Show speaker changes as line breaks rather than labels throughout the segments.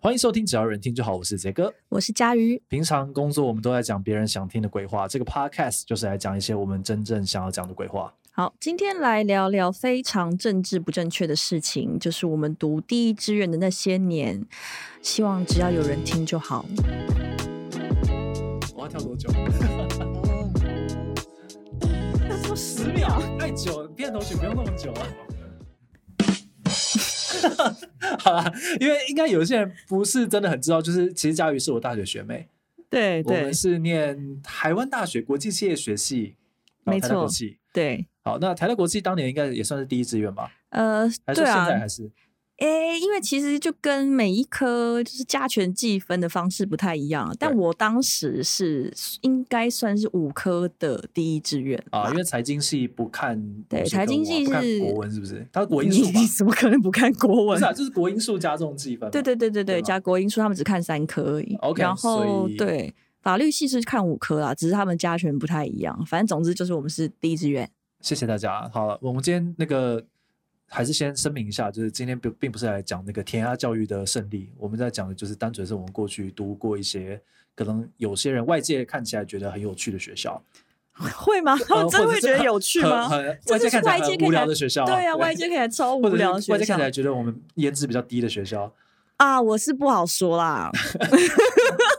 欢迎收听，只要有人听就好。我是杰哥。
我是佳瑜，
平常工作我们都在讲别人想听的鬼话，这个 podcast 就是来讲一些我们真正想要讲的鬼话。
好，今天来聊聊非常政治不正确的事情，就是我们读第一志愿的那些年，希望只要有人听就好。
我要跳多久？
哦
说十秒太久，片头曲不用那么久啊。 好啦，因为应该有些人不是真的很知道，就是其实佳瑜是我大学学妹，
对
我
对
们是念台湾大学国际企业学系，然后
没
台大国
错
际。
对，
好，那台大国际当年应该也算是第一志愿吧？
呃，
还是
对
现
啊，
在还是？
诶、因为其实就跟每一科就是加权计分的方式不太一样，啊但
对
我当时是应该算是五科的第一志愿
啊，
吧
因为财经系不看
对
武术
财
科
经
目啊
系
不看
是
国文是不是？它国英
你
数吧
你？怎么可能不看国
不
文
是？啊，就是国英数加重计分嘛。
对对对对
对
对，
吗
加国英数他们只看三科而已。
OK，
然
所
后
以
对法律系是看五科啊，只是他们加权不太一样。反正总之就是我们是第一志愿。
谢谢大家。好了，我们今天那个还是先声明一下，就是今天并并不是来讲那个填鸭教育的胜利，我们在讲的就是单纯是我们过去读过一些可能有些人外界看起来觉得很有趣的学校，
会吗？
呃
真
或者是
会觉得
很
有趣
很
吗？
很
这
外界
就是
看起来
外界
很
看
无
起
聊
来
的学校啊，
对啊，外界看起来超无
或者是
聊的
外
学
界看
校
起来觉得我们颜值比较低的学校。
啊，我是不好说啦。
啊，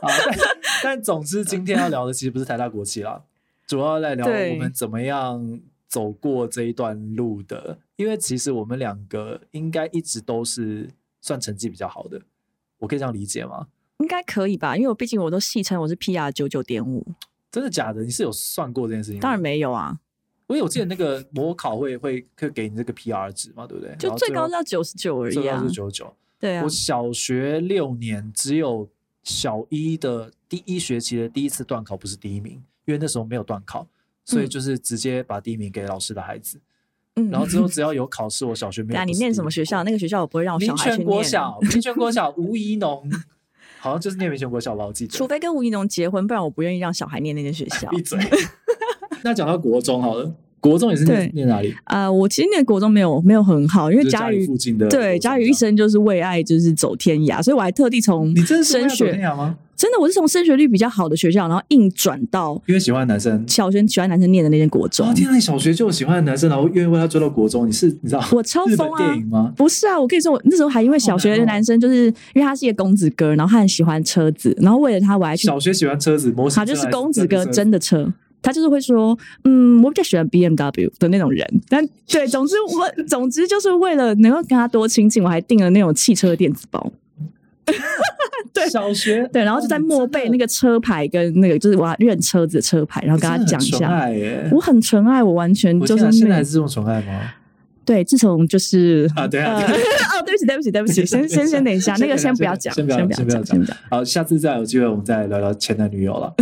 但但总之，今天要聊的其实不是台大国际啦，主要来聊
对
我们怎么样走过这一段路的。因为其实我们两个应该一直都是算成绩比较好的，我可以这样理解吗？
应该可以吧？因为我毕竟我都戏称我是 PR 九九点五，
真的假的？你是有算过这件事情吗？
当然，没有啊，
因为我记得那个模考会会会给你这个 PR 值嘛，对不对？
就
然后
最高
后
到九十九而
最
已
高
啊
是。九九。
对啊
我，小学六年只有小一的第一学期的第一次段考不是第一名，因为那时候没有段考，所以
嗯
就是直接把第一名给老师的孩子。
嗯，
然后之后只要有考试，我小学没
对
有。
啊，你念什么学校？？那个学校我不会让我小
民
孩去
权
念。啊
国小，民权国小吴怡农，好像就是念民权国小吧，我记
除
得。
非跟吴怡农结婚，不然我不愿意让小孩念那间学 校。
闭嘴。那讲到国中好了，国中也是念
对
念哪里？
呃，我其实念国中没有没有很好，因为
就是
佳
家里
瑜
附近的。
对佳瑜一，生就是为爱就是走天涯，所以我还特地从
你真的是为
升
了走
学
天涯吗？
真的我是从升学率比较好的学校，然后硬转到
因为喜欢男生。
小学喜欢男生念的那间国中
哦，。天呐，你小学就有喜欢的男生，然后愿意为他追到国中，你是你知道？
我超
日本
疯啊
电！影哦吗？
不是啊，我跟你说，我那时候还因为小学的男生，就是因为他是一个公子哥，然后他很喜欢车子，然后为了他我还去，
小学喜欢车子，模型
他就是公子哥真
的
的车，他就是会说，嗯，我比较喜欢 B M W 的那种人。但对，总之我总之就是为了能够跟他多亲近，我还订了那种汽车电子包。
对小学
对，然后就
哦
在默背那个车牌跟那个就是我要认车子的车牌，然后跟他讲一
真的很纯
下。
爱耶，
我很纯爱，我完全
我
就
天
是
啊现
没
在
有
还是这种纯爱吗？
对，自从就是
啊，对啊
呃，
对啊
哦，对不起，对不起，对不起， 先先先等一下，那个先不要讲，
先不要
不要
先不要
讲，先不要。
好，下次再有机会我们再聊聊前男女友了。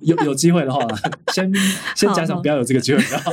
有有机会的话啦，先先假
好
想
好
不要有这个机会比较好。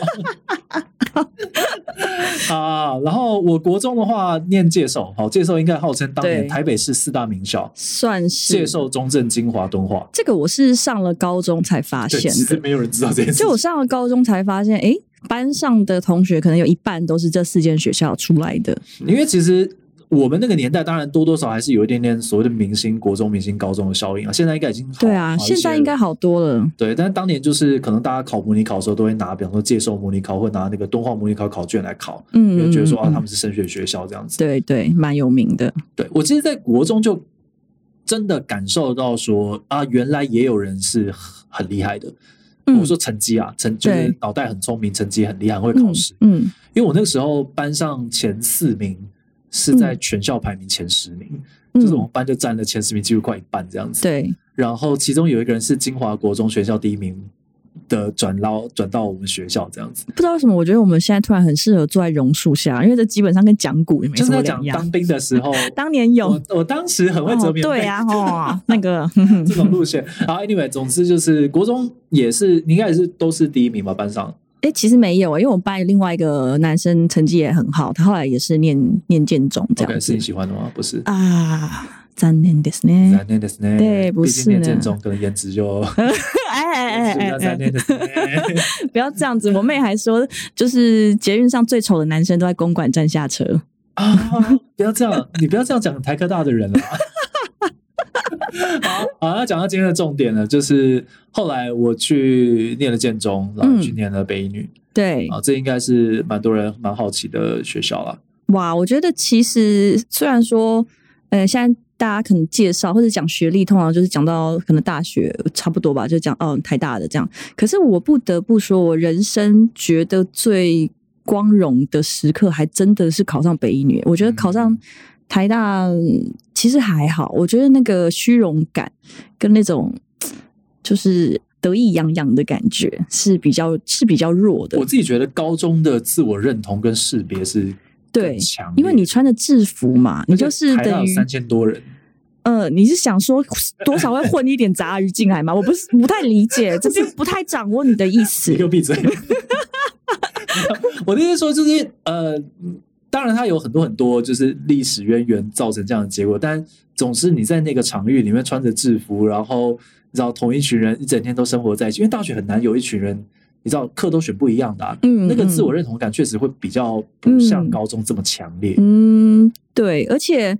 啊，然后我国中的话念介寿，好，介寿应该号称当年
对
台北市四大名校，
算
介
是
寿、中正、金华、敦化。
这个，我是上了高中才发
对，
现
其实
的。
没有人知道这件事情。
啊就我上了高中才发现，诶，班上的同学可能有一半都是这四间学校出来的。
因为其实我们那个年代，当然多多少少还是有一点点所谓的明星、国中明星、高中的效应啊。现在应该已经好
对啊，
好一些
现在应该
了
好多了。
对，但是当年就是可能大家考模拟考的时候，都会拿比方说介寿模拟考，或拿那个敦化模拟考考卷来考，因
嗯，
为觉得说啊
嗯嗯
他们是升学学校这样子。
对对，蛮有名的。
对我其实，在国中就真的感受到说啊，原来也有人是很厉害的。
嗯
我说成绩啊，成就是
对
脑袋很聪明，成绩很厉害，很会考试。
嗯，
因为我那个时候班上前四名是在全校排名前十名。
嗯
就是我们班就占了前十名，几乎快一半这样子。
对，
然后其中有一个人是金华国中学校第一名的转捞转到我们学校这样子，
不知道为什么，我觉得我们现在突然很适合坐在榕树下，因为这基本上跟讲古也没
就
什
是
么
在讲
两样。
当兵的时候，
当年有
我我当时很会折棉
哦
被，
对 啊，哦，那个
这 种路线。然后 anyway，总之就是国中也是，你应该也是都是第一名吧，班上。
哎、其实没有、因为我们班另外一个男生成绩也很好，他后来也是念念建中这
OK，
样
是
子
你喜欢的吗？不是。
啊，残念です ね。
三年的呢，
对不
毕
是
竟念
呢
建中可能颜值就啊
哎 哎哎哎
三
哎，
年的
哎不要这样子！我妹还说，就是捷运上最丑的男生都在公馆站下车。
啊！不要这样，你不要这样讲台科大的人了。 好，那讲到今天的重点了，就是后来我去念了建中，然后去念了北一女，
嗯对，
啊，这应该是蛮多人蛮好奇的学校啦。
哇，我觉得其实虽然说，呃，现在大家可能介绍或者讲学历，通常就是讲到可能大学差不多吧，就讲哦台大的这样。可是我不得不说，我人生觉得最光荣的时刻，还真的是考上北一女。我觉得考上
嗯
台大嗯其实还好，我觉得那个虚荣感跟那种就是得意洋洋的感觉是比较是比较弱的
我。自己觉得高中的自我认同跟识别是
对
更强烈的，
因为你穿着制服嘛，你
而且
就是
台大
等
有
于
三千多人，
呃，你是想说多少会混一点杂鱼进来吗？我不是不太理解， 这边不太掌握你的意思
你给。我闭嘴！ 我的意思说就是呃，当然它有很多很多就是历史渊源造成这样的结果，但总是你在那个场域里面穿着制服，然后你知道同一群人一整天都生活在一起，因为大学很难有一群人。你知道课都选不一样的、啊，
嗯
那个自我
嗯
认同感确实会比较不像
嗯
高中这么强烈。
嗯，对，而且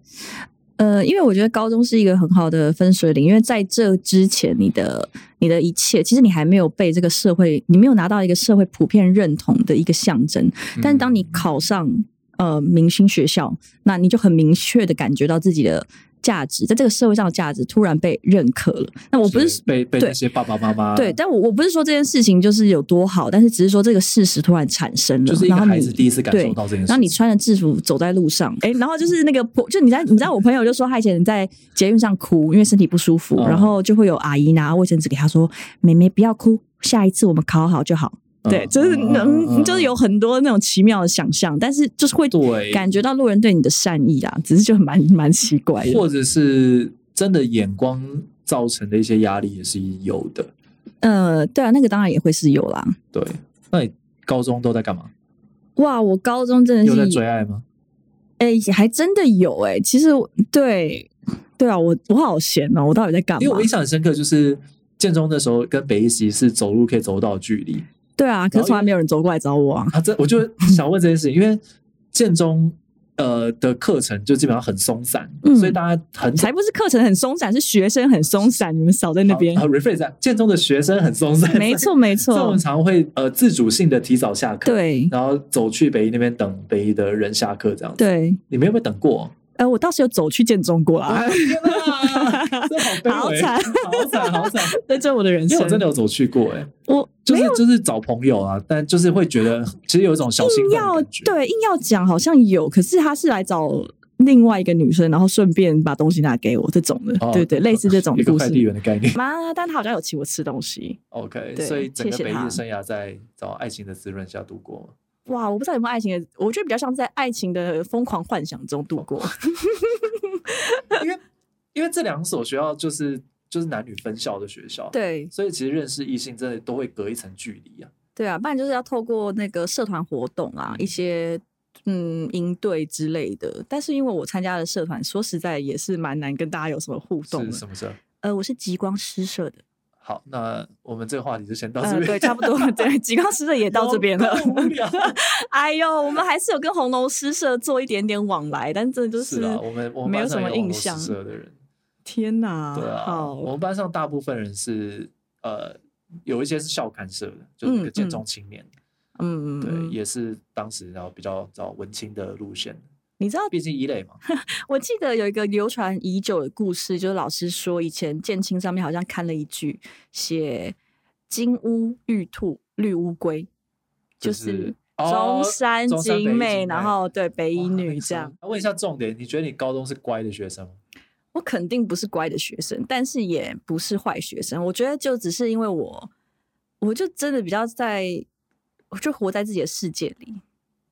呃，因为我觉得高中是一个很好的分水岭，因为在这之前，你的你的一切，其实你还没有被这个社会，你没有拿到一个社会普遍认同的一个象征。
嗯
但当你考上呃明星学校，那你就很明确的感觉到自己的。价值在这个社会上的价值突然被认可了。那我不是
是被被那
对
些爸爸妈妈
对，，但我我不是说这件事情就是有多好，但是只是说这个事实突然产生了，
就是一个
然后
孩
你
子第一次感受
对
到这件事情。
然后你穿着制服走在路上，哎，然后就是那个婆，就你在你知道我朋友就说他以前在捷运上哭，因为身体不舒服，
嗯
然后就会有阿姨拿卫生纸给他说：“妹妹不要哭，下一次我们考好就好。”
嗯
对，就是
嗯嗯
能
嗯
就是有很多那种奇妙的想象，但是就是会
对
感觉到路人对你的善意啊，只是就蛮蛮奇怪的。
或者是真的眼光造成的一些压力也是有的。
呃，对啊，那个当然也会是有啦。
对，那你高中都在干嘛？
哇，我高中真的是
有在追爱吗？
哎、还真的有哎、其实我对对啊，我我好闲哦、我到底在干
因为
嘛
我印？象很深刻，就是建中的时候跟北一实习是走路可以走到的距离。
对啊，
然
可是
后
从来没有人走过来找我啊。
啊，这我 就想问这件事情，因为建中呃的课程就基本上很松散，
嗯
所以大家很
才不是课程很松散，是学生很松散，你们少在那边。
啊 refer 一下，建中的学生很松散，
没错，没
所以我
错
们，常会呃自主性的提早下课，，
对
然后走去北一那边等北一的人下课这样子。
对。
你们有没有等过？
呃，我倒是有走去见中国啦，
啊！天哪，这 好卑微，
哎好惨，
好惨，好 惨！
那这我的人
因为
生
我，真的有走去过、欸，哎，
我
就是就是找朋友啊，但就是会觉得其实有一种小心
硬
动
要
的感觉。
对硬要讲，好像有，可是他是来找另外一个女生，然后顺便把东西拿给我这种的，
哦
对对，类似这种
一个
故
快递
事。
员的概念。
妈，但他好像有请我吃东西，
OK，
对
所以整个
谢谢
北艺
他
的生涯在找爱情的滋润下度过。
哇，我不知道有没有爱情的，我觉得比较像在爱情的疯狂幻想中度过。
因为因为这两所学校就是就是男女分校的学校，，
对
所以其实认识异性真的都会隔一层距离啊。
对啊，不然就是要透过那个社团活动啊，一些嗯营队之类的。但是因为我参加的社团，说实在也是蛮难跟大家有什么互动
是
的
什。么时候？
呃，我是极光诗社的，
好，那我们这个话题就先到这
嗯，
边。
对，差不多，对， 极光诗社也到这边了。
有够无聊。
哎呦，我们还是有跟红楼诗社做一点点往来，但真的就是
啊，我们我们
没有
班上
什
也
么
网
印
络诗
象
社的人，
天哪，
对啊，
好
我们班上大部分人是呃，有一些是校刊社的，就是那
嗯
个建中青年，
嗯，嗯
对，
嗯
也是当时然后比较找文青的路线，
你知道
毕竟一 类嘛，
我记得有一个流传已久的故事，就是老师说以前建青上面好像看了一句写“金乌玉兔绿乌龟”，就是是
哦
中山
中山北一
精
景
妹，
妹
然后对北
哇
一
那
女
个
这样
时。候问一下重点，你觉得你高中是乖的学生吗？
我肯定不是乖的学生，但是也不是坏学生。我觉得就只是因为我，我就真的比较在，我就活在自己的世界里。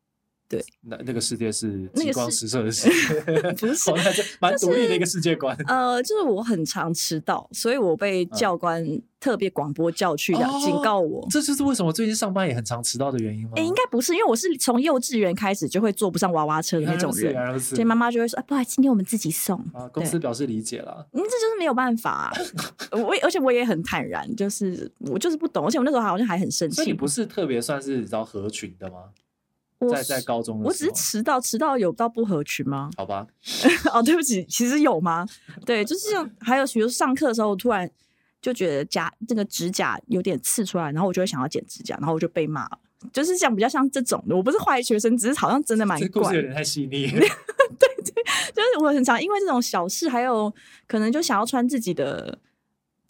那那个世界是
那个
极光石
世
社的世界，
不是
好像是蛮独立的一个世界观。
呃，就是我很常迟到，所以我被教官特别广播叫去的，
嗯哦
警告我。
这就是为什么最近上班也很常迟到的原因吗？
哎、应该不是，因为我是从幼稚园开始就会坐不上娃娃车的
原来
那种
如此原
人，
来如此
所以妈妈就会说：“啊，不好意思，今天我们自己送。
啊，公司表示理解了。
嗯，这就是没有办法 啊、我也而且我也很坦然，就是我就是不懂，而且我那时候好像还很生
所以
气
你。不是特别算是比较合群的吗？
我
在在高中的
我只
时候
是迟到，迟到有到不合群吗？
好吧，
哦，对不起，其实有吗？对，就是像还有，比如上课的时候，我突然就觉得甲这个指甲有点刺出来，然后我就会想要剪指甲，然后我就被骂了。就是像比较像这种的，我不是坏学生，只是好像真的蛮
这故
怪
事有
的，
点太细腻。
就是我很常因为这种小事，还有可能就想要穿自己的，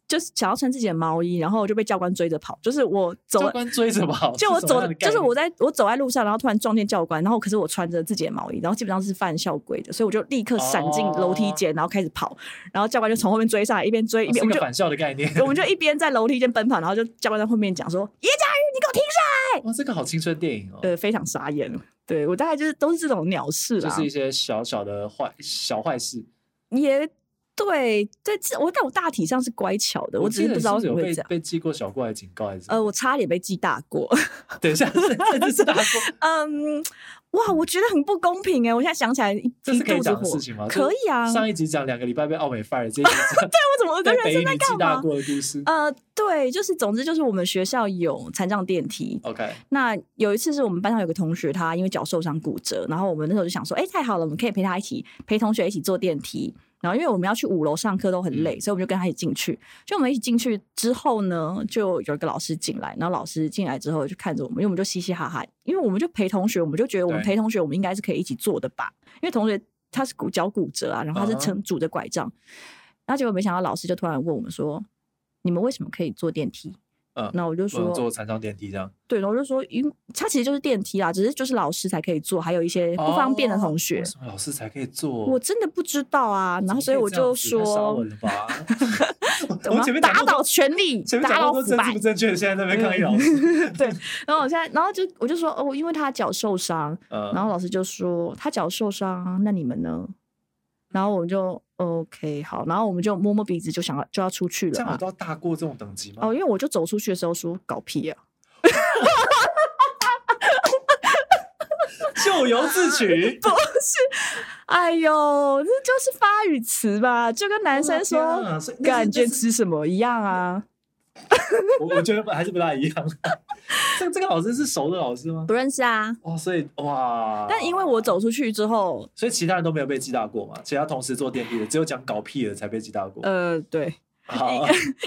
就是想要穿自己的毛衣，然后我就被教官追着跑。就是我走
教，官追着跑，
就我
是什么
走
样的，概
就是
念哦
我在我走在路上，然后突然撞见教官，然后可是我穿着自己的毛衣，然后基本上是犯校规的，所以我就立刻闪进
哦
楼梯间，然后开始跑，然后教官就从后面追上来，一边追一
哦是
边我
个
们就
返校的概念。
我们就一边在楼梯间奔跑，然后就教官在后面讲说：“叶佳玉，你给我停下
哇，哦这个好青春电影哦！！”
呃，非常傻眼。对我大概就是都是这种鸟事
就
啦，
是一些小小的坏小坏事。
也对，对，这我但我大体上是乖巧的，我只
记得
是不
你
知道为
是
什
有
么会
被
这样。
被记过小过来警告还是什么？
呃，我差点被记大过。
等一下，这这是大过，
嗯，哇，我觉得很不公平哎！我现在想起来一
这是可以
肚子
讲的
火
事，情吗？
可
就
以啊。
上一集讲两个礼拜被奥美 fire，这一集 讲
我怎么我的
在
人
北
生
一
在
女
干
记大
嘛？
过的故事。
呃，对，就是总之就是我们学校有残障电梯，
OK，
那有一次是我们班上有个同学，他因为脚受伤骨折，然后我们那时候就想说，哎、太好了，我们可以陪他一起陪同学一起坐电梯。然后因为我们要去五楼上课都很
嗯
累，所以我们就跟他一起进去。就我们一起进去之后呢，就有一个老师进来，然后老师进来之后就看着我们，因为我们就嘻嘻哈哈，因为我们就陪同学，我们就觉得我们
对
陪同学我们应该是可以一起坐的吧，因为同学他是骨脚骨折啊，然后他是撑拄着拐杖，然后结果没想到老师就突然问我们说，你们为什么可以坐电梯？
嗯，
那我就
不能
说
坐残障电梯这样。
对，然后我就说，因为它其实就是电梯啦，只是就是老师才可以坐，还有一些不方便的同学。
为什么老师才可以坐？
我真的不知道啊，然后所以我就
哦怎么可以这样
说，
子太 杀我了吧
我
我
们
前面讲
打
那么
倒
多
权力，
前面
打
讲那
倒
么多
腐
政治
败
不。正确，现在在那边抗议老 师。
然后我现在，然后就我就说，哦，因为他脚受伤，
嗯
然后老师就说他脚受伤啊，那你们呢？然后我们就 OK 好，然后我们就摸摸鼻子，就想要就要出去
这
了
样我
嘛。
都要大过这种等级吗
啊哦，？因为我就走出去的时候说搞屁啊，
咎由自 取。
哎呦，这就是发语词吧，就跟男生说、
天啊所以那是
感觉
那是
吃什么一样啊，
我我觉得还是不大一样。 这这个老师是熟的老师吗？
不认识啊。
哇，所以哇，
但因为我，走出去之后，
所以其他人都没有被击打过嘛？其他同时坐电梯的，只有讲搞屁的才被击打过。
呃，对，
好，好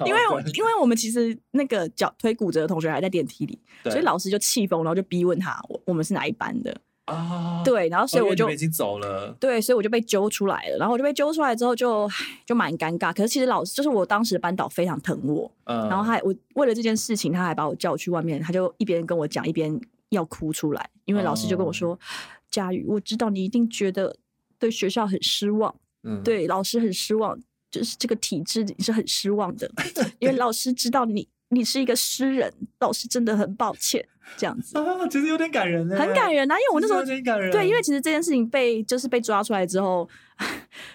因为我
哦对
因为我们其实那个脚腿骨折的同学还在电梯里，
对
所以老师就气疯，然后就逼问他我我们是哪一班的，
啊，哦，
对，然后所以
因为
我
你
就
们已经走了。
对，所以我就被揪出来了，然后我就被揪出来之后就唉就蛮尴尬，可是其实老师就是我当时的班导非常疼我，
嗯，
然后还我为了这件事情，他还把我叫去外面，他就一边跟我讲，一边要哭出来，因为老师就
哦
跟我说：“佳宇，我知道你一定觉得对学校很失望，
嗯，
对老师很失望，就是这个体制你是很失望 的，因为老师知道你你是一个诗人，老师真的很抱歉，这样子
啊，其实有点感人欸呢，
很感人啊，因为我那时候
其实有点感人，
对，因为其实这件事情被就是被抓出来之后，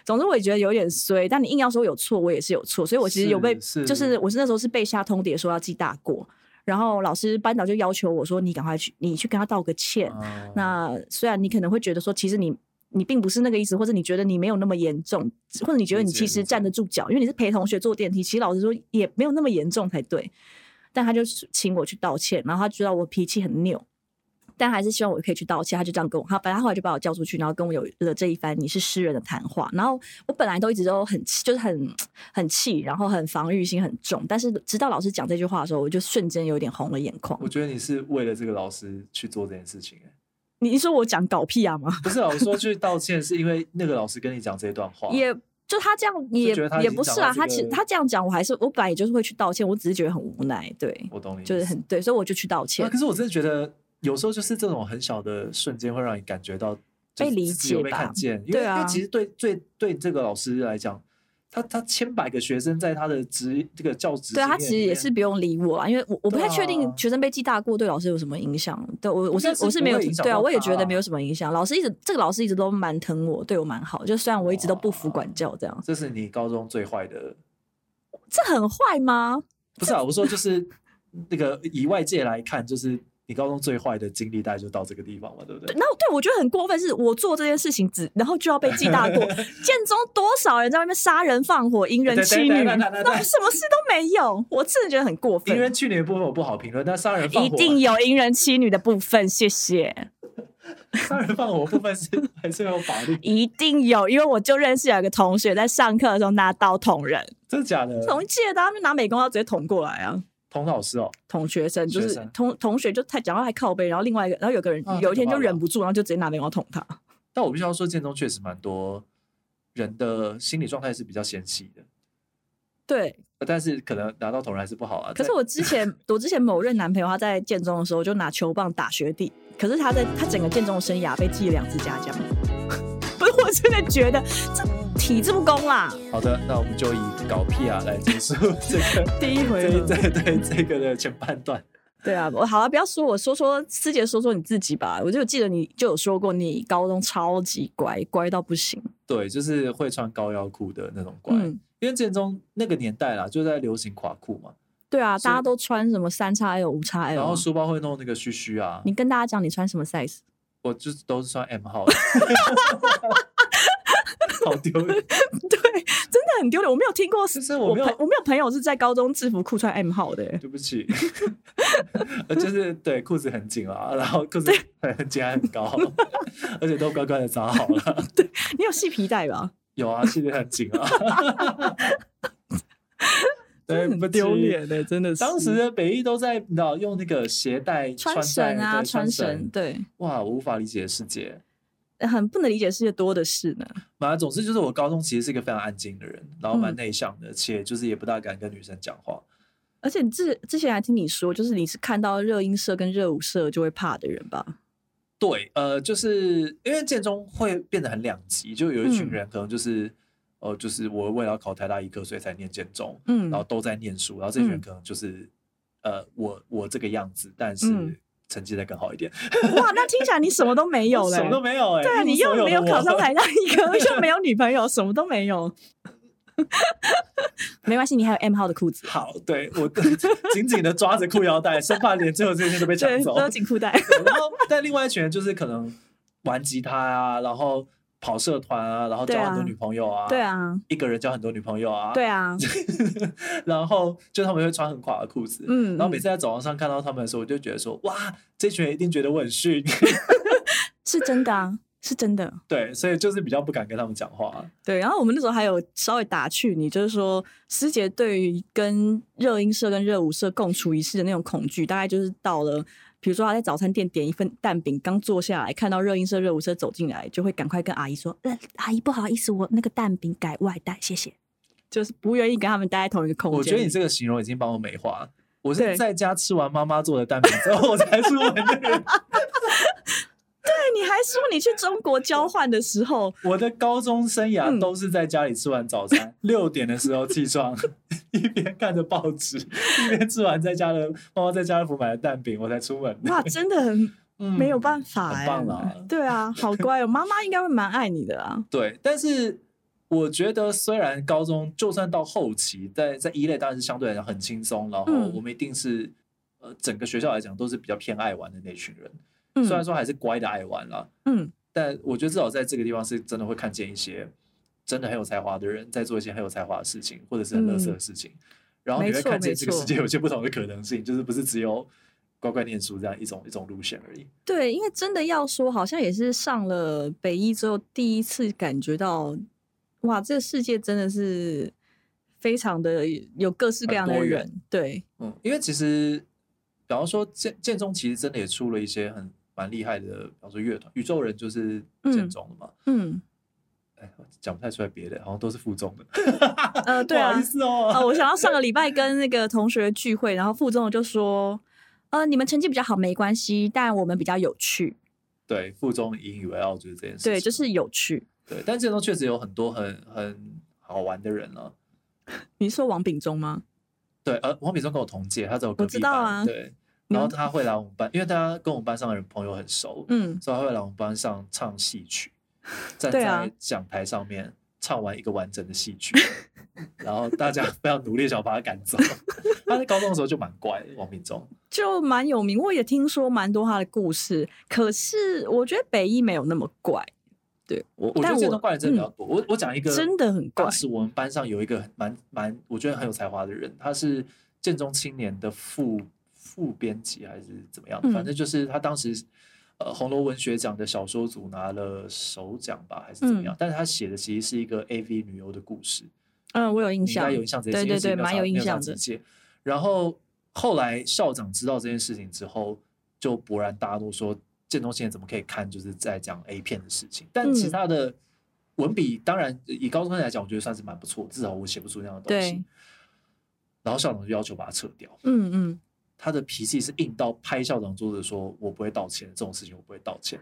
总之我也觉得有点衰。但你硬要说有错，我也是有错，所以我其实有被，
是是
就是我是那时候是被下通牒说要记大过，然后老师班导就要求我说你赶快去，你去跟他道个歉。
嗯
那虽然你可能会觉得说，其实你。你并不是那个意思，或者你觉得你没有那么严重，或者你觉得你
理解
其
理
实
解
站得住脚，因为你是陪同学坐电梯，其实老实说也没有那么严重才对。但他就请我去道歉，然后他知道我脾气很拗，但还是希望我可以去道歉。他就这样跟我，他本来后来就把我叫出去，然后跟我有了这一番你是诗人的谈话。然后我本来都一直都很气，就是很很气，然后很防御心很重，但是直到老师讲这句话的时候，我就瞬间有点红了眼眶
我。觉得你是为了这个老师去做这件事情，哎，
你你说我讲搞屁啊吗？
不是啊，我说去道歉是因为那个老师跟你讲这段话，
也就他这样也
觉得他已
也
经
不
讲
是
到
啊，
这
他其实
个
他这样讲，我还是我本来也就是会去道歉，我只是觉得很无奈，对，
我懂你，
就是很。对，所以我就去道歉
啊、。可是我真的觉得，有时候就是这种很小的瞬间，会让你感觉到就是
被理
自己有
解
被
吧
看见。因为
对
因为
啊
其实对对对这个老师来讲，他他千百个学生在他的职这个教职
对
经
啊，他
验
其实
里
也
面
是不用理我啊，因为我我不太
对
确定
啊
学生被记大过对老师有什么影响。对我我是
应该是
我是
不
没有
会影响
对啊，
到
我也
他
觉得没有
啊
什么影响。老师一直这个老师一直都蛮疼我，对我蛮好。就虽然我一直都不服管教这样，
这是你高中最坏的，
这很坏吗？
不是啊？我说就是那个以外界来看，就是你高中最坏的经历，大概就到这个地方嘛，对不对？
那对我觉得很过分，是我做这件事情只然后就要被记 大过。建中多少人在外面杀人放火、淫人
对对
妻
对
女，
对对对对
那我什么事都没有，我真的觉得很过
因
分。
为去年的部分我不好评论，但杀人放
一
火
定有淫人妻女的部分，谢谢。
杀人放火部分是还是有法律，
一定有，因为我就认识有一个同学在上课的时候拿刀捅人，
真的假的？
同一届的啊他们拿美工刀直接捅过来啊，
童老师哦，
捅学生就
学
是
生
同同学就太讲到还靠背，然后另外一个，然后有个人、
啊
有一天
太可怕了
就忍不住，然后就直接拿美工刀捅他。
但我必须要说，建中确实蛮多人的心理状态是比较纤细的，
对，
呃但是可能拿到同人还是不好啊。
可是
但
我之前我之前某任男朋友他在建中的时候就拿球棒打学弟，可是他在他整个建中的生涯被记了两次嘉奖。 不是，我真的觉得这体制不公啦。
好的，那我们就以搞屁啊来结束这个
第一
这
回
一对对这个的前半段。
对啊，我好了、不要说我，说说师姐，说说你自己吧。我就记得你就有说过，你高中超级乖，乖到不行。
对，就是会穿高腰裤的那种乖，
嗯，
因为建中那个年代啦，就在流行垮裤嘛，
对啊，
是
大家都穿什么三叉 L、五叉 L，
然后书包会弄那个须须啊，
你跟大家讲你穿什么 size？
我就是都是穿 M 号的，好丢脸。
对，真的很丢脸。我没有听过，
就是我没有
朋我没有朋友是在高中制服裤穿 M 号的、欸
对不起， 呃就是对裤子很紧啊，然后裤子很紧还很高， 而且都乖乖的扎好了。
你有细皮带吧？
有啊，系列很紧 啊。对，
很
不起
丢。脸的、真的是。
当时的北艺都在，你知道用那个鞋带
穿
绳
绳啊，
穿带对
穿绳，对，呃
哇，我无法理解的世界。
很不能理解世界多的是呢。
反正总之就是，我高中其实是一个非常安静的人，然后蛮
嗯
内向的，且就是也不大敢跟女生讲话。
而且你之之前还听你说，就是你是看到热音社跟热舞社就会怕的人吧？
对，呃，就是因为建中会变得很两极，就有一群
嗯
人可能就是，呃，就是我为了要考台大医科，所以才念建中，
嗯
然后都在念书，然后这群人
嗯
可能就是，呃，我我这个样子，但是
嗯
成绩再更好一点，
哇，那听起来你什么都没有
我
嘞、
什么都没有哎、
对啊，
一无
你又
所有
没
的
有考
我
上台，大医科，又没有女朋友，什么都没有。没关系，你还有 M 号的裤子，
好，对我 紧紧的抓着裤腰带，生怕连最后这一天都被抢
对，
走
都。有紧裤带。
对然后，但另外一群人就是可能玩吉他啊，然后跑社团啊，然后
对
交很多
啊
女朋友啊，
对，啊，
一个人交很多女朋友啊，
对啊，
然后就他们会穿很垮的裤子，
嗯，
然后每次在走廊上看到他们的时候，我就觉得说，哇，这群人一定觉得我很逊，
是真的啊，是真的。
对，所以就是比较不敢跟他们讲话。
对，然后我们那时候还有稍微打趣你，就是说师姐对于跟热音社跟热舞社共处一室的那种恐惧，大概就是到了，比如说她在早餐店点一份蛋饼，刚坐下来看到热音社、热舞社走进来，就会赶快跟阿姨说：“呃，阿姨不好意思，我那个蛋饼改外带，谢谢。”就是不愿意跟他们待在同一个空间。
我觉得你这个形容已经帮我美化了。我是
对
在家吃完妈妈做的蛋饼之后，我才出门的人。
对，你还说你去中国交换的时候，
我的高中生
嗯
涯都是在家里吃完早餐，六、点的时候起床， 一边看着报纸，一边吃完在家的妈妈在家乐福买的蛋饼，我才出门。
哇，真的很
嗯
没有办法
很
哎、
棒啦
对啊，好乖哦，妈妈应该会蛮爱你的啊。
嗯对，但是我觉得，虽然高中就算到后期，在在一类当然是相对来讲很轻松，然后
嗯
我们一定是、呃整个学校来讲都是比较偏爱玩的那群人，
嗯
虽然说还是乖的爱玩啦，
嗯，
但我觉得至少在这个地方是真的会看见一些真的很有才华的人在做一些很有才华的事情，或者是很乐色的事情，然后你
嗯没
会
错
看见
没
这个
错
世界有些不同的可能性，就是不是只有乖乖念书这样一种一种路线而已。
对，因为真的要说，好像也是上了北医之后，第一次感觉到，哇，这个世界真的是非常的有各式各
很
样
多
的
元
人。对，
嗯，因为其实，比方说建建中其实真的也出了一些很蛮厉害的，比方说乐团，宇宙人就是建中的嘛。
嗯，
哎，我讲不太出来别的，好像都是附中的。
呃，对
不好
啊
意，思哦。
呃，我想要上个礼拜跟那个同学聚会，然后副总就说，呃，你们成绩比较好没关系，但我们比较有趣。
对，附中引以为傲就是这件事情。
对，就是有趣。
对，但建中确实有很多很很好玩的人啊。
你是说王炳忠吗？
对，呃，王炳忠跟我同届，他在我隔
我
壁
知
班。
道啊
对，
你
然后
们
他会来我们班，因为大家跟我们班上的人朋友很熟，
嗯，
所以他会来我们班上唱戏曲，站
对啊
在讲台上面唱完一个完整的戏 曲，然后大家非常努力地想把他赶走。 他在高中的时候就蛮怪的，王品忠。
就蛮有名，我也听说蛮多他的故事。可是我觉得北医没有那么怪，对我，
我觉
但
得
我
这种怪人真的比较
嗯
多。我我讲一个，
真的很怪
当时我们班上有一个很蛮蛮，我觉得很有才华的人，他是建中青年的副副编辑还是怎么样的，
嗯
反正就是他当时。呃红楼文学奖的小说组拿了首奖吧，还是怎么样？但是他写的其实是一个 AV 女优的故事，
嗯，我有印
你应该
象，
有印象这件事
对对
情，
对，
没
蛮
差
有印
没差
象
几
的。
届然后后来校长知道这件事情之后，就勃然大怒说：“建中现在怎么可以看就是在讲 A 片的事情？”但其实
嗯
他的文笔，当然以高中生来讲，我觉得算是蛮不错，至少我写不出那样的东
对
西。然后校长就要求把它撤掉。
嗯嗯，
他的脾气是硬到拍校长桌子说：“我不会道歉，这种事情我不会道歉。”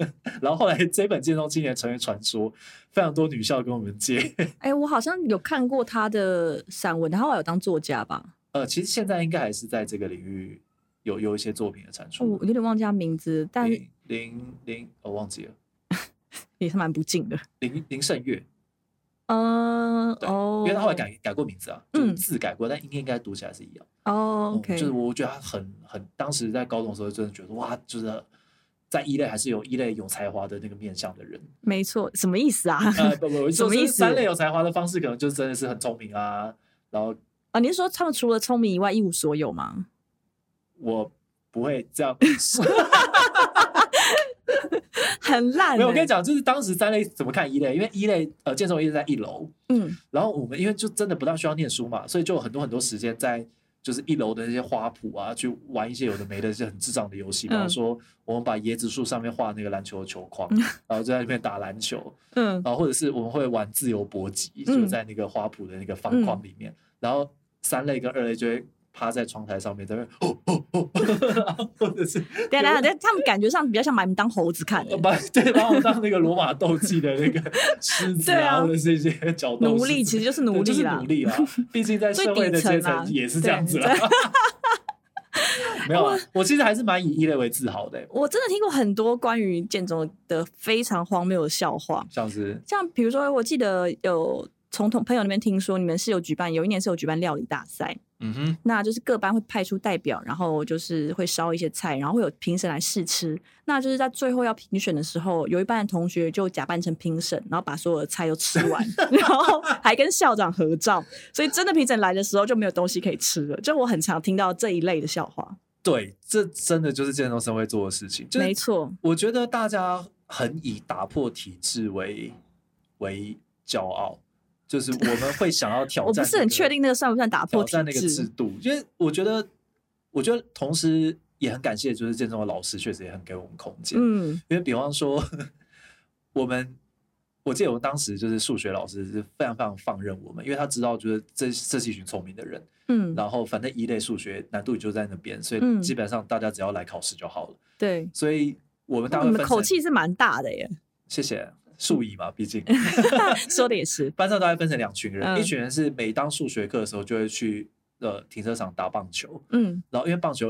然后后来这本《建中青年成为传说》，非常多女校跟我们借。
哎、我好像有看过他的散文，他后来有当作家吧？
呃，其实现在应该还是在这个领域有有一些作品的产
哦
出
我。有点忘记他名字，但
林林林，我、哦忘记了，
也是蛮不敬的。
林林胜月，
嗯，
对
哦，
因为他后来改改过名字啊，就是
嗯
字改过，但应应该读起来是一样。
哦
嗯
，OK，
就是我觉得他很很，当时在高中的时候，真的觉得哇，就是在一类还是有一类有才华的那个面向的 人。
没错，什么意思啊？
呃，不不，我是说
什么意思
三类有才华的方式，可能就真的是很聪明啊。然后
啊，你是说他们除了聪明以外一无所有吗？
我不会这 样说，
很烂、欸。
没有，我跟你，讲，就是当时三类怎么看一类，因为一类呃，建中一类在一楼，
嗯，
然后我们因为就真的不大需要念书嘛，所以就有很多很多时间在就是一楼的那些花圃啊，去玩一些有的没的一些很智障的游戏，比
嗯
方说我们把椰子树上面画那个篮球的球框，然后就在那边打篮球，
嗯
然后或者是我们会玩自由搏击，
嗯
就在那个花圃的那个方框里面，然后三类跟二类就会趴在窗台上面在那边哦哦哦，或者 是
对啊，对啊，他们感觉上比较像把你们当猴子 看、欸，
把对把我们当那个罗马斗技的那个 狮子
对啊
啊，或者是一些角斗
奴
士
隶
之
其实就是奴
对
隶
就是
啦。
努 力啦。毕竟在社会的阶
啊
层也是这样子啦啊
最底。
没有啊，我其实还是蛮以一类为自豪的欸、
我真的听过很多关于建中的非常荒谬的笑话，
像是
像比如说，我记得有从同朋友那边听说，你们是有举办，有一年是有举办料理大赛，
嗯哼，
那就是各班会派出代表，然后就是会烧一些菜，然后会有评审来试吃。那就是在最后要评选的时候，有一班的同学就假扮成评审，然后把所有的菜都吃 完，然后还跟校长合照。所以真的评审来的时候就没有东西可以吃了。就我很常听到这一类的笑话。
对，这真的就是健身生会做的事情。就
没
是
错，
我觉得大家很以打破体制为为骄傲，就是我们会想要挑战、
我不是很确定那个算不算打破
挑
体
战那个制
制。
度，因为我觉得，我觉得同时也很感谢，就是健身的老师确实也很给我们空间。
嗯
因为比方说，我们我记得我当时就是数学老师是非常非常放任我们，因为他知道就是这这是一群聪明的人，
嗯，
然后反正一类数学难度也就在那边，所
嗯
以基本上大家只要来考试就好了。
对，
所以我们大
你
部
们
分
口气是蛮大的 耶，
谢谢数乙嘛，毕 竟
说的也是。
班上大概分成两群人，
嗯
一群人是每当数学课的时候就会去呃停车场打棒球，
嗯，
然后因为棒球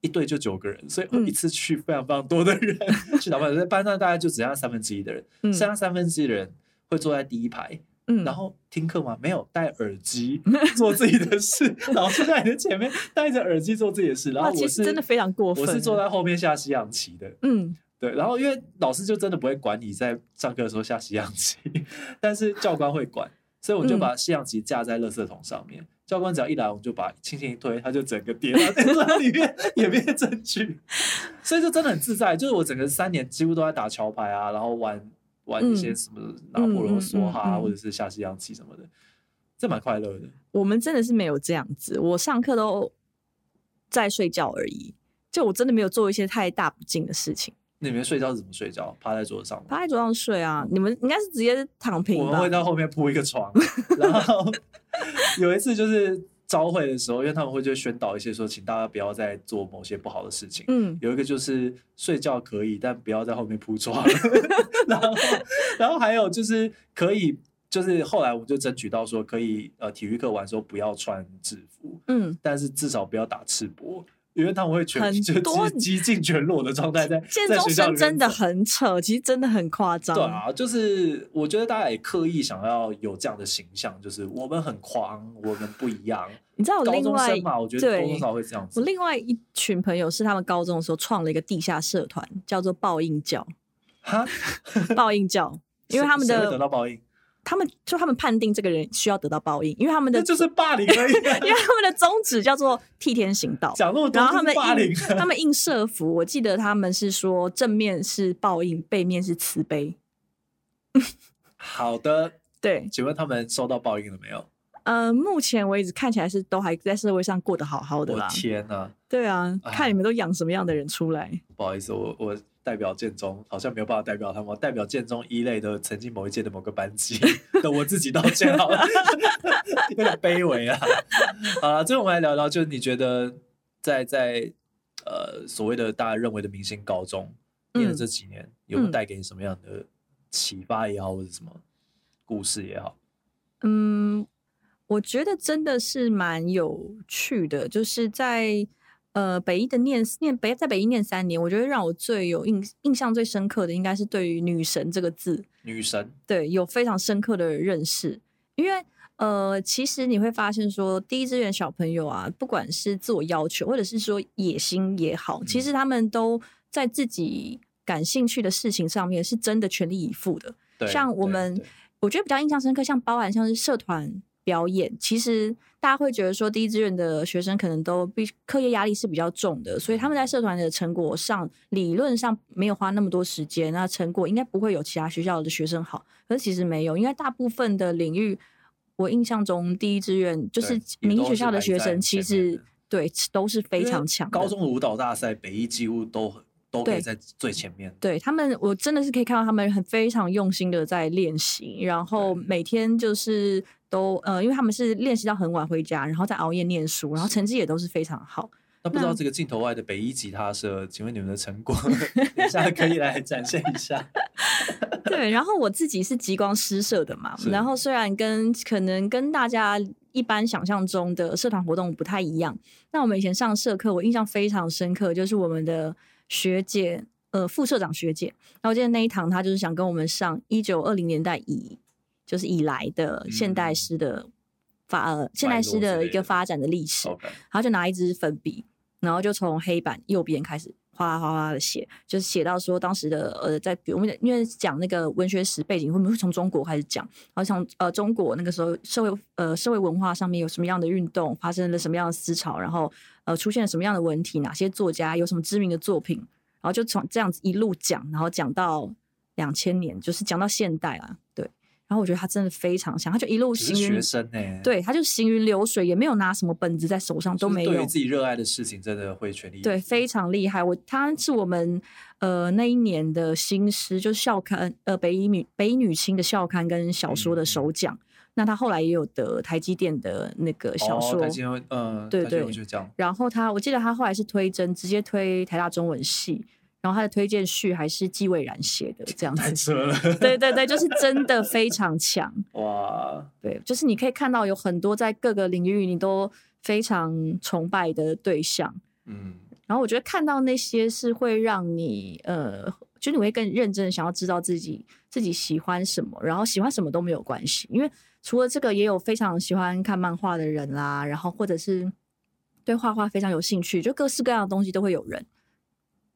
一队就九个人，所以
嗯
一次去非常非常多的人、 去打棒球，所以班上大概就只剩下三分之一的人，
嗯
剩下三分之一的人会坐在第一排，
嗯
然后听课吗？没有，戴耳机 做自己的 事，老师在你的前面戴着耳机做自己的事，然
哇
后
其
我
实
是
真的非常过分。欸
我是坐在后面下西洋棋的。
嗯，
对，然后因为老师就真的不会管你在上课的时候下西洋棋，但是教官会管，所以
嗯
我就把西洋棋架在垃圾桶上面。教官只要一来，我们就把轻轻一推，他就整个跌到在那 里面，也没有证据，所以就真的很自在。就是我整个三年几乎都在打桥牌啊，然后玩玩一些
嗯
什么拿破仑梭哈、啊
嗯嗯嗯嗯
或者是下西洋棋什么的，这蛮快乐的。
我们真的是没有这样子，我上课都在睡觉而已。就我真的没有做一些太大不敬的事情，
那你们睡觉是怎么睡觉？趴在桌子上吗？
趴在桌上睡啊。你们应该是直接躺平
我们
吧
会？到后面铺一个床，然 后有一次就是招会的时候，因为他们会就宣导一些说，请大家不要再做某些不好的事情。
嗯，
有一个就是睡觉可以，但不要在后面铺床。 然后，然后还有就是可以，就是后来我们就争取到说，可以呃体育课完之后不要穿制服，
嗯，
但是至少不要打赤膊，因为他们会全
很
就
多
是激进全裸的状态在
建
在
中
学校
生
里面
真的
走
很扯，其实真的很夸张。
对啊，就是我觉得大家也刻意想要有这样的形象，就是我们很狂，我们不一样。
你知道我
高
哦另
中
外
生嘛，我觉得
对
高中少会这样
我
子。
另外一群朋友是他们高中的时候创了一个地下社团，叫做报应教，
哈，
报应教，因为他们
谁谁会得
的
到报应，
他们就他们判定这个人需要得到报应，因为他们的
那就是霸凌而已啊、
因为他们的宗旨叫做替天行道。
讲那么多
然后他
就
们
是霸凌
印，他们印社服，我记得他们是说正面是报应，背面是慈悲。
好的，
对，
请问他们收到报应了没有？
呃，目前为止看起来是都还在社会上过得好好的
我
啦。
天哪、
对啊，
哎
看你们都养什么样的人出来。
不好意思，我我代表建中好像没有办法代表他们，我代表建中一类的曾经某一届的某个班 级的我自己道歉好了， 有点卑微啊。 好了，最后我们来聊聊，就是你觉得在在呃所谓的大家认为的明星高中念的
嗯
哎这几年，有没有
嗯
带给你什么样的启发也好，或者什么故事也好？
嗯，我觉得真的是蛮有趣的，就是在呃北一的念念北在北一念三年，我觉得让我最有印印象最深刻的，应该是对于“女神”这个字，
女神，
对有非常深刻的认识。因为呃，其实你会发现说，第一志愿小朋友啊，不管是自我要求，或者是说野心也好，其
嗯
实他们都在自己感兴趣的事情上面是真的全力以赴的。
对，
像我
对
们
对
我觉得比较印象深刻，像包含像是社团表演，其实大家会觉得说第一志愿的学生可能都必课业压力是比较重的，所以他们在社团的成果上理论上没有花那么多时间，那成果应该不会有其他学校的学生好。可是其实没有，应该大部分的领域，我印象中第一志愿就是
对也
民
都
意学
是
校的
排
学
在
生，
前
其
面
实
的
对都是非
因为
常强的。
高中的舞蹈大赛，北一几乎都都可以
对
在最前面。
对他们，我真的是可以看到他们很非常用心的在练习，然后
对
每天就是都呃，因为他们是练习到很晚回家，然后再熬夜念书，然后成绩也都是非常好。
那不知
那
道这个镜头外的北一吉他社，请问你们的成果， 等一下可以来展现一 下？
对，然后我自己是极光诗社的嘛
是，
然后虽然跟可能跟大家一般想象中的社团活动不太一样，那我们以前上社课，我印象非常深刻，就是我们的学姐，呃，副社长学姐，那我记得那一堂她就是想跟我们上一九二零年代以就是以来的现代诗的发、呃现代诗的一个发展的历史，
OK，
然后就拿一支粉笔，然后就从黑板右边开始哗啦哗啦的写，就是写到说当时的呃，在比如我们因为讲那个文学史背景，会不会从中国开始讲？然后从呃中国那个时候社会呃社会文化上面有什么样的运动，发生了什么样的思潮，然后呃出现了什么样的文体，哪些作家有什么知名的作品，然后就从这样子一路讲，然后讲到两千年，就是讲到现代啊，对。然后我觉得他真的非常像，他就一路
只是
行
学
云，
生欸呢、，
对，他就行云流水，也没有拿什么本子在手上，都没有。
对于自己热爱的事情，真的会全力以赴
对，非常厉害。我他是我们呃那一年的新诗，就是校刊呃北一女北一女青的校刊跟
嗯
小说的首奖。那他后来也有得台积电的那个小
哦
说，
台积电呃，
对
台积电
对
我就这样。
然后他我记得他后来是推甄，直接推台大中文系。然后他的推荐序还是纪蔚然写的这样
太
子，
扯了，
对对对，就是真的非常强。
哇！
对，就是你可以看到有很多在各个领域你都非常崇拜的对象，
嗯，
然后我觉得看到那些是会让你呃，就你会更认真地想要知道自己自己喜欢什么，然后喜欢什么都没有关系，因为除了这个，也有非常喜欢看漫画的人啦，然后或者是对画画非常有兴趣，就各式各样的东西都会有人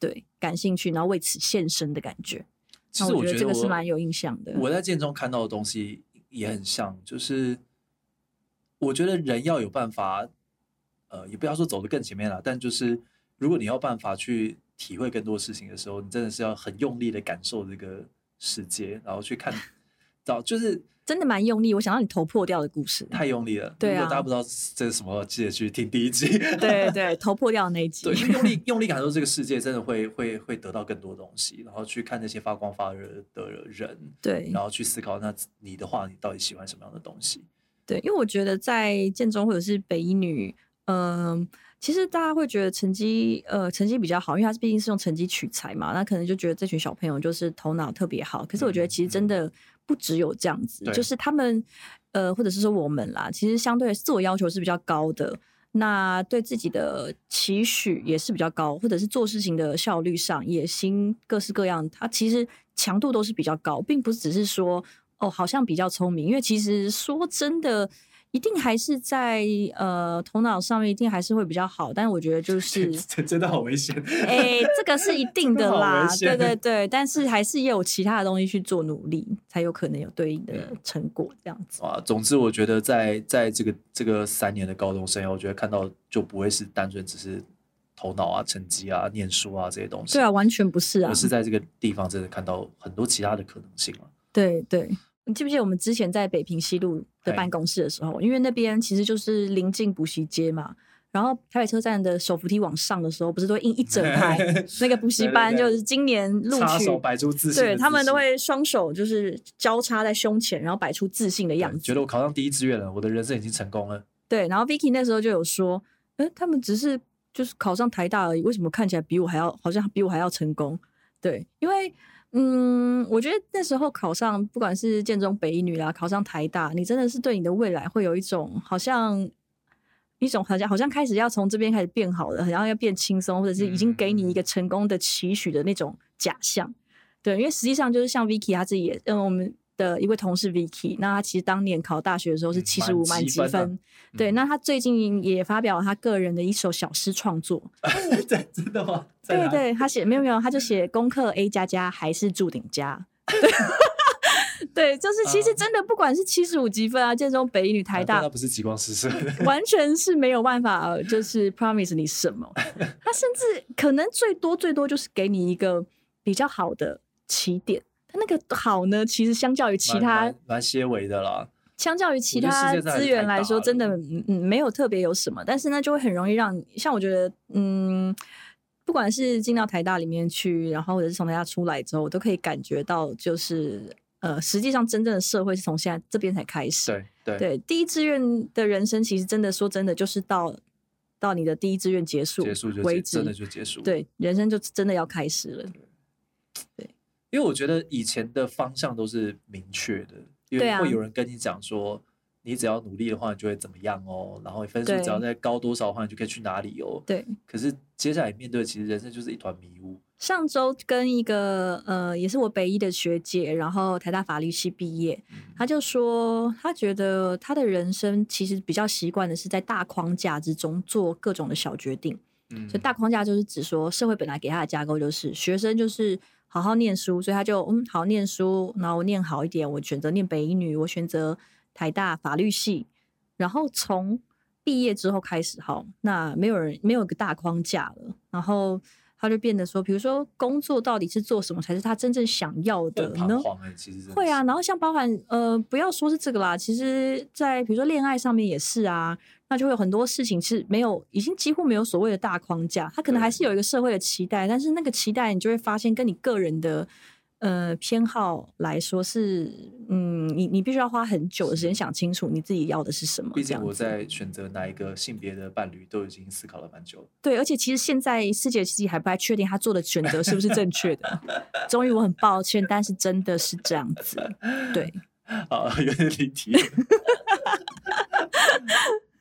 对感兴趣，然后为此献身的感觉。
其实
哦那我觉
觉
得
得
这个是
我
蛮有印象的
我在建中看到的东西也很像，就是我觉得人要有办法，呃，也不要说走得更前面了，但就是如果你要办法去体会更多事情的时候，你真的是要很用力的感受这个世界，然后去 看到，就是
真的蛮用力，我想到你头破掉的故事，
太用力了。
对
如果
啊
大家不知道这是什么，记得去听第一集。
对 对，头破掉的那一 集
对，，因为用力用力感受这个世界，真的会会会得到更多东西，然后去看那些发光发热的人，
对
然后去思考，那你的话，你到底喜欢什么样的东西？
对，因为我觉得在建中或者是北一女，嗯、其实大家会觉得成绩呃成绩比较好，因为它毕竟是用成绩取材嘛，那可能就觉得这群小朋友就是头脑特别好。可是我觉得
嗯
其实真的不只有这样子，
对
就是他们呃或者是说我们啦，其实相对自我要求是比较高的。那对自己的期许也是比较高，或者是做事情的效率上、野心各式各样，它其实强度都是比较高，并不只是说哦好像比较聪明，因为其实说真的，一定还是在呃头脑上面一定还是会比较好，但我觉得就是
这真的好危险。
哎、这个是一定的
好
啦
危，
对
险
对对，但是还是也有其他的东西去做努力，才有可能有对应的成果这样子。
啊，总之我觉得在在这个这个三年的高中生涯，我觉得看到就不会是单纯只是头脑啊、成绩啊、念书啊这些东西。
对啊，完全不是啊
我，是在这个地方真的看到很多其他的可能性啊了。
对对。你记不记得我们之前在北平西路
哎
的办公室的时候，因为那边其实就是临近补习街嘛，然后台北车站的手扶梯往上的时候，不是都会印一整 排那个补习班，
对对
就
对
是今年录
插
取
手摆出自信的
对
姿
他们都
势
会双手就是交叉在胸前，然后摆出自信的
对
样
觉
子。
得我考上第一志愿了，我的人生已经成功了。
对，然后 Vicky 那时候就有说，哎、他们只是就是考上台大而已，为什么看起来比我还要，好像比我还要成功？对，因为嗯，我觉得那时候考上，不管是建中、北一女啦，考上台大，你真的是对你的未来会有一种好像。一种好像好像开始要从这边开始变好了，然后要变轻松，或者是已经给
嗯
你一个成功的期许的那种假象。对，因为实际上就是像 Vicky 他自己也，嗯，我们的一位同事 Vicky，那他其实当年考大学的时候是
嗯
七十
满
五
积
满积
分啊
分，对。
嗯
那他最近也发表了他个人的一首小诗创作，
对，真的吗？ 在
对
哪嗯
对，他写没有没有，他就写功课 A 加加还是注定加。 对，就是其实
啊
真的，不管是七十五积分啊，建中、北一女、台
难
大
道，不是极光诗社。
完全是没有办法，呃就是 promise 你什 么。他甚至可能最多最多就是给你一个比较好的起点。他那个好呢，其实相较于其
蛮
他
蛮蛮些微的啦，
相较于其
我觉得世
他
界真的还
资
是
源
太
来
大
说，
了
真的嗯嗯没有特别有什么，但是呢就会很容易让你像我觉得嗯，不管是进到台大里面去，然后或者是从台大出来之后，我都可以感觉到就是呃，实际上真正的社会是从现在这边才开始。
对对
对，第一志愿的人生，其实真的说真的，就是到到你的第一志愿结束
结束就结
为止，
真的就结束。，
对，人生就真的要开始了。
因为我觉得以前的方向都是明确的，因
对
为
啊
会有人跟你讲说，你只要努力的话，你就会怎么样哦，然后你分数
对
只要再高多少的话，你就可以去哪里哦。
对，
可是接下来面对，其实人生就是一团迷雾。
上周跟一个呃，也是我北医的学姐，然后台大法律系毕业，她就说她觉得她的人生其实比较习惯的是在大框架之中做各种的小决定。
嗯，
所以大框架就是指说，社会本来给他的架构就是学生就是好好念书，所以他就嗯好好念书，然后念好一点，我选择念北一女，我选择台大法律系，然后从毕业之后开始，好，那没有人没有一个大框架了，然后他就变得说，比如说工作到底是做什么才是他真正想要
会
的
很
呢
彷？徨哎、其实真的
会啊，
是
然后像包含呃，不要说是这个啦，其实，在比如说恋爱上面也是啊，那就会有很多事情是没有，已经几乎没有所谓的大框架，它可能还是有一个社会的期待，但是那个期待你就会发现跟你个人的呃偏好来说是，嗯，你你必须要花很久的时间想清楚你自己要的是什么，
毕
这
竟
样
我
子。
在选择哪一个性别的伴侣，都已经思考了蛮久了。
对，而且其实现在师姐其实还不太确定她做的选择是不是正 确的。终于，我很抱歉，但是真的是这样子。对，
啊， 有点离题。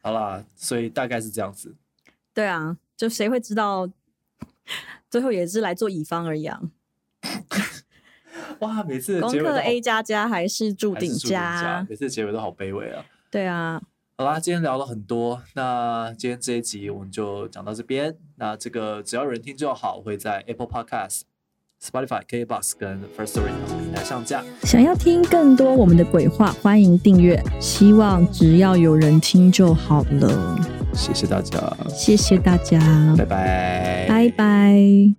好啦，所以大概是这样子。
对啊，就谁会知道，最后也是来做乙方而已啊。
哇，每次的
功
结尾都
课
好
A 加加还是注
还是
定
注定加
加，，
每次结尾都好卑微啊。
对啊，
好啦，今天聊了很多，那今天这一集我们就讲到这边。那这个只要有人听就好，我会在 Apple Podcast、Spotify、KBox 跟 First Story 等平台上架。
想要听更多我们的鬼话，欢迎订阅。希望只要有人听就好了，
谢谢大家，
谢谢大家，
拜拜，
拜拜